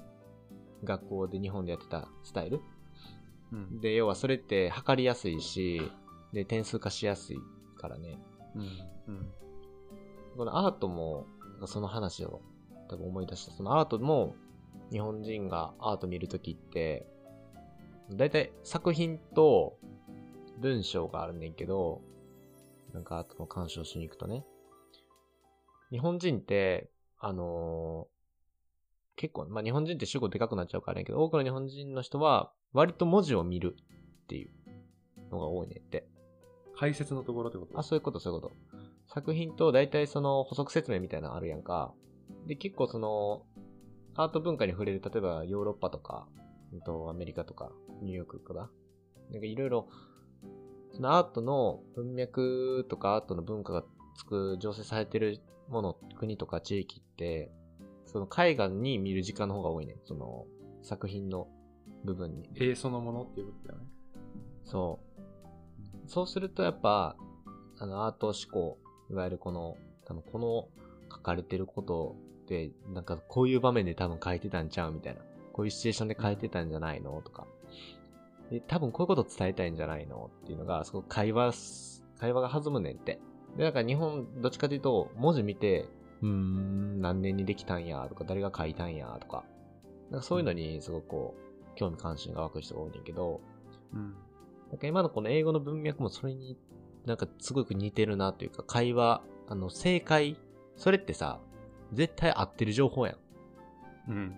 Speaker 2: 学校で日本でやってたスタイル
Speaker 1: うん。
Speaker 2: で、要はそれって測りやすいし、で、点数化しやすいからね。
Speaker 1: うん。
Speaker 2: このアートも、その話を多分思い出した。そのアートも、日本人がアート見るときって、だいたい作品と文章があるねんけど、なんかアートの鑑賞しに行くとね。日本人って、あのー結構、まあ、日本人って主語でかくなっちゃうからあれやけど、多くの日本人の人は、割と文字を見るっていうのが多いねって。
Speaker 1: 解説のところってこと
Speaker 2: あ、そういうこと、そういうこと。作品と大体その補足説明みたいなのあるやんか。で、結構その、アート文化に触れる、例えばヨーロッパとか、うんとアメリカとか、ニューヨークかな。なんかいろいろ、そのアートの文脈とかアートの文化がつく、醸成されてるもの、国とか地域って、その海外に見る時間の方が多いね。その作品の部分に。
Speaker 1: 絵そのものっていうことだよね。
Speaker 2: そう。そうするとやっぱ、あの、アート思考、いわゆるこの、多分この書かれてることで、なんかこういう場面で多分書いてたんちゃうみたいな。こういうシチュエーションで書いてたんじゃないのとか。で、多分こういうこと伝えたいんじゃないのっていうのが、すごく会話す、会話が弾むねんって。で、なんか日本、どっちかというと、文字見て、うーん、何年にできたんや、とか、誰が書いたんや、とか。なんかそういうのに、すごくこう、興味関心が湧く人が多いねんけど、
Speaker 1: うん。
Speaker 2: なんか今のこの英語の文脈もそれになんかすごく似てるなというか、会話、あの、正解、それってさ、絶対合ってる情報やん。
Speaker 1: うん。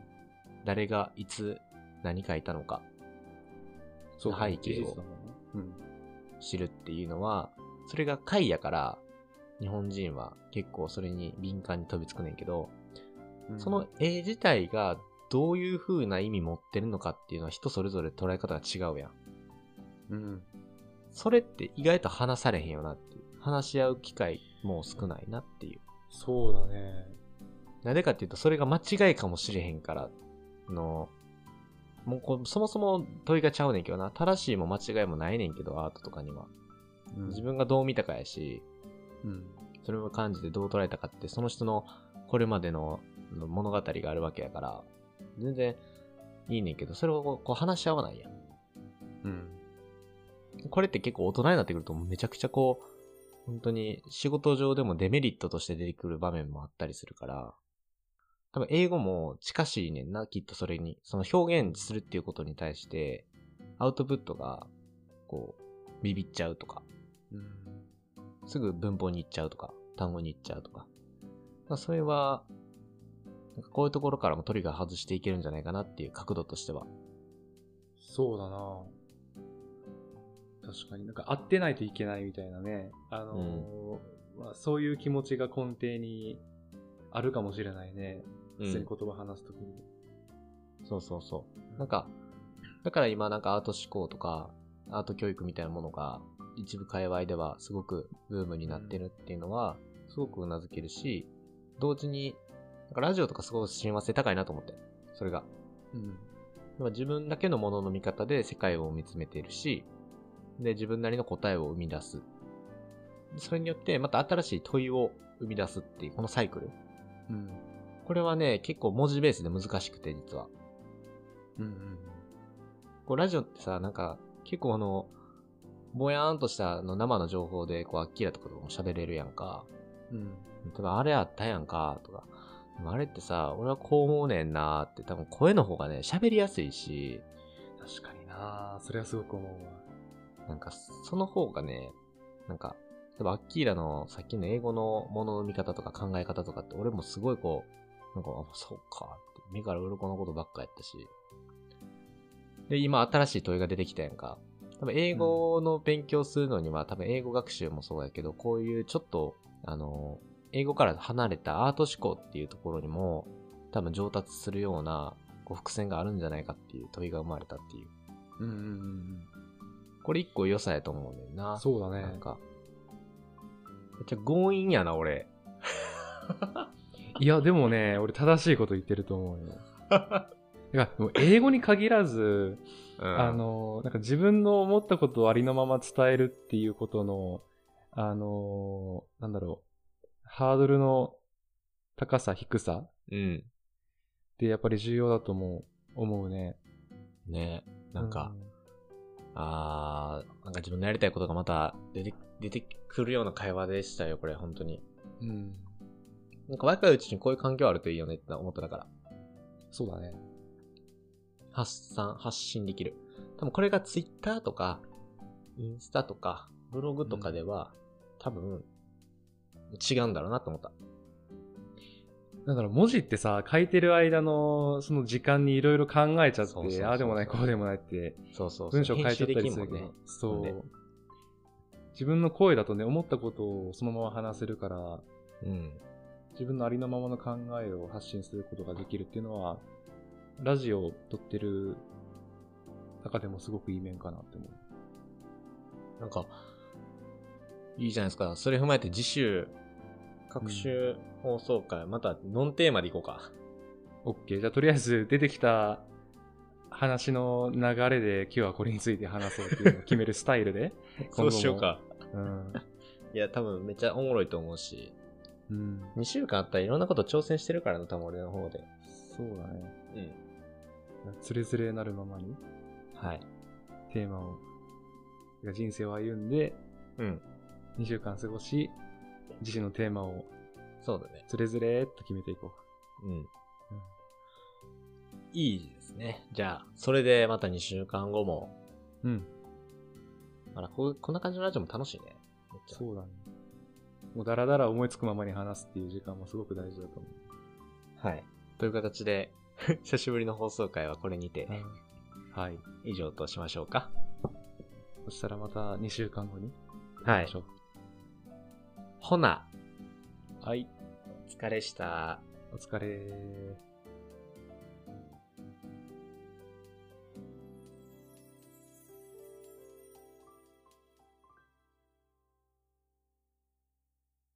Speaker 2: 誰がいつ何書いたのか
Speaker 1: そうだね
Speaker 2: 背景を
Speaker 1: 事実だもんねうん。
Speaker 2: 知るっていうのは、それが解やから、日本人は結構それに敏感に飛びつくねんけど、
Speaker 1: うん
Speaker 2: その、絵自体がどういう風な意味持ってるのかっていうのは人それぞれ捉え方が違うやん。
Speaker 1: うん。
Speaker 2: それって意外と話されへんよなっていう。話し合う機会も少ないなっていう。
Speaker 1: そうだね。
Speaker 2: なぜかっていうと、それが間違いかもしれへんからの、もうこうそもそも問いがちゃうねんけどな、正しいも間違いもないねんけど、アートとかには。
Speaker 1: うん
Speaker 2: 自分がどう見たかやし、
Speaker 1: うん
Speaker 2: それを感じてどう捉えたかって、その人のこれまでのの物語があるわけやから、全然いいねんけど、それをこう話し合わないやん。
Speaker 1: うん
Speaker 2: これって結構大人になってくるとめちゃくちゃこう、本当に仕事上でもデメリットとして出てくる場面もあったりするから、多分英語も近しいねんな、きっとそれに。その表現するっていうことに対して、アウトプットが、こう、ビビっちゃうとか、
Speaker 1: うん
Speaker 2: すぐ文法に行っちゃうとか、単語に行っちゃうとか。だからそれは、なんかこういうところからもトリガー外していけるんじゃないかなっていう角度としては。
Speaker 1: そうだな確かになんか合ってないといけないみたいなね、あのーまあ、そういう気持ちが根底にあるかもしれないね、
Speaker 2: う
Speaker 1: 普通に
Speaker 2: ん、
Speaker 1: 言葉話すときに。
Speaker 2: そうそうそう。なんか、だから今なんかアート思考とか、アート教育みたいなものが、一部界隈ではすごくブームになってるっていうのは、すごくうなずけるし、同時に、なんかラジオとかすごい親和性高いなと思って、それが。
Speaker 1: うん
Speaker 2: まあ自分だけのものの見方で世界を見つめているし、で、自分なりの答えを生み出す。それによって、また新しい問いを生み出すっていう、このサイクル。
Speaker 1: うん
Speaker 2: これはね、結構文字ベースで難しくて、実は。
Speaker 1: うんうん
Speaker 2: こう、ラジオってさ、なんか、結構あの、ぼやーんとしたあの生の情報で、こう、アッキーラとかとも喋れるやんか。
Speaker 1: うん
Speaker 2: 例えば、あれあったやんか、とか。でもあれってさ、俺はこう思うねんなーって、多分声の方がね、喋りやすいし、
Speaker 1: 確かになそれはすごく思うわ。
Speaker 2: なんか、その方がね、なんか、例えば、アッキーラのさっきの英語のものの見方とか考え方とかって、俺もすごいこう、なんか、あ、そうか、って、目から鱗のことばっかやったし。で、今、新しい問いが出てきたやんか。多分、英語の勉強するのには、多分、英語学習もそうやけど、こういうちょっと、あの、英語から離れたアート思考っていうところにも、多分上達するような、こう、伏線があるんじゃないかっていう問いが生まれたっていう。
Speaker 1: うんうんうん
Speaker 2: これ一個良さやと思うねん
Speaker 1: う
Speaker 2: な。
Speaker 1: ん。そうだね。
Speaker 2: なんか。めっちゃ強引やな、俺。
Speaker 1: いや、でもね、俺正しいこと言ってると思 うよ。いや、でも英語に限らず、
Speaker 2: うん
Speaker 1: あ、の、なんか自分の思ったことをありのまま伝えるっていうことの、あの、なんだろう、ハードルの高さ、低さっ
Speaker 2: うん。
Speaker 1: てやっぱり重要だと思う、思うね。
Speaker 2: ね。なんか、
Speaker 1: うん
Speaker 2: あー、なんか自分のやりたいことがまた出て、出てくるような会話でしたよ、これ、本当に。
Speaker 1: うん。
Speaker 2: なんか若いうちにこういう環境あるといいよねって思っただから。
Speaker 1: そうだね。
Speaker 2: 発散、発信できる。多分これが Twitter とか、インスタとか、ブログとかでは、多分、違うんだろうなと思った。
Speaker 1: なんだろう、文字ってさ、書いてる間の、その時間にいろいろ考えちゃって、
Speaker 2: そうそうそうそう
Speaker 1: ああでもない、こうでもないって、
Speaker 2: そうそうそう。
Speaker 1: 文章変えちゃったりする
Speaker 2: 編集でき
Speaker 1: け
Speaker 2: ん
Speaker 1: ど、
Speaker 2: もんね。
Speaker 1: そ
Speaker 2: ね
Speaker 1: う。自分の声だとね、思ったことをそのまま話せるから、
Speaker 2: うん。
Speaker 1: 自分のありのままの考えを発信することができるっていうのは、ラジオを撮ってる中でもすごくいい面かなって思う。
Speaker 2: なんか、いいじゃないですか。それ踏まえて次週、各週放送会、またノンテーマでいこうか。
Speaker 1: OK。じゃあ、とりあえず出てきた話の流れで、今日はこれについて話そうっていうのを決めるスタイル で。今後も。。うん。
Speaker 2: いや、多分めっちゃおもろいと思うし、
Speaker 1: うん。
Speaker 2: 2週間あったらいろんなこと挑戦してるからな、多分俺の方で。
Speaker 1: そうだね。
Speaker 2: うん。
Speaker 1: つれづれなるままに
Speaker 2: はい。
Speaker 1: テーマを、人生を歩んで
Speaker 2: うん。
Speaker 1: 2週間過ごし、自身のテーマを
Speaker 2: そうだね。
Speaker 1: つれづれっと決めていこ
Speaker 2: うん。いいですね。じゃあ、それでまた2週間後も、
Speaker 1: う。うん。
Speaker 2: あら、こうこんな感じのラジオも楽しいね。めっちゃ
Speaker 1: そうだね。もうダラダラ思いつくままに話すっていう時間もすごく大事だと思
Speaker 2: はい。という形で、 久しぶりの放送回はこれにて、
Speaker 1: う。はい。
Speaker 2: 以上としましょうか。
Speaker 1: そしたらまた2週間後に。
Speaker 2: はい。ほな、
Speaker 1: はい。
Speaker 2: お疲れした。
Speaker 1: お疲れ。